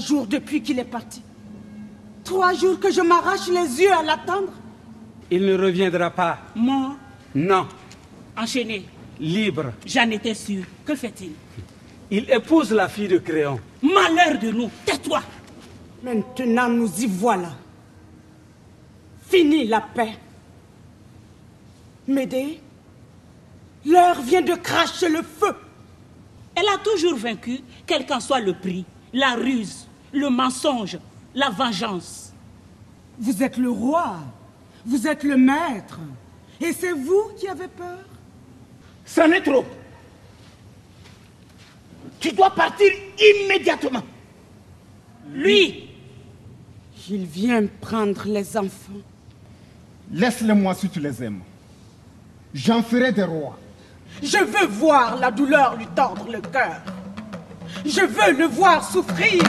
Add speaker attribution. Speaker 1: jours depuis qu'il est parti. Trois jours que je m'arrache les yeux à l'attendre.
Speaker 2: Il ne reviendra pas.
Speaker 1: Moi,
Speaker 2: Non.
Speaker 1: enchaîné,
Speaker 2: Libre.
Speaker 1: j'en étais sûre. Que fait-il
Speaker 2: Il épouse la fille de Créon.
Speaker 1: Malheur de nous, tais-toi Maintenant, nous y voilà. Fini la paix. Médée, l'heure vient de cracher le feu.
Speaker 3: Elle a toujours vaincu, quel qu'en soit le prix, la ruse, le mensonge, la vengeance.
Speaker 1: Vous êtes le roi, vous êtes le maître. Et c'est vous qui avez peur
Speaker 4: Ça n'est trop. Tu dois partir immédiatement.
Speaker 3: Lui,
Speaker 1: Il vient prendre les enfants.
Speaker 5: Laisse-les-moi si tu les aimes. J'en ferai des rois.
Speaker 1: Je veux voir la douleur lui tordre le cœur. Je veux le voir souffrir.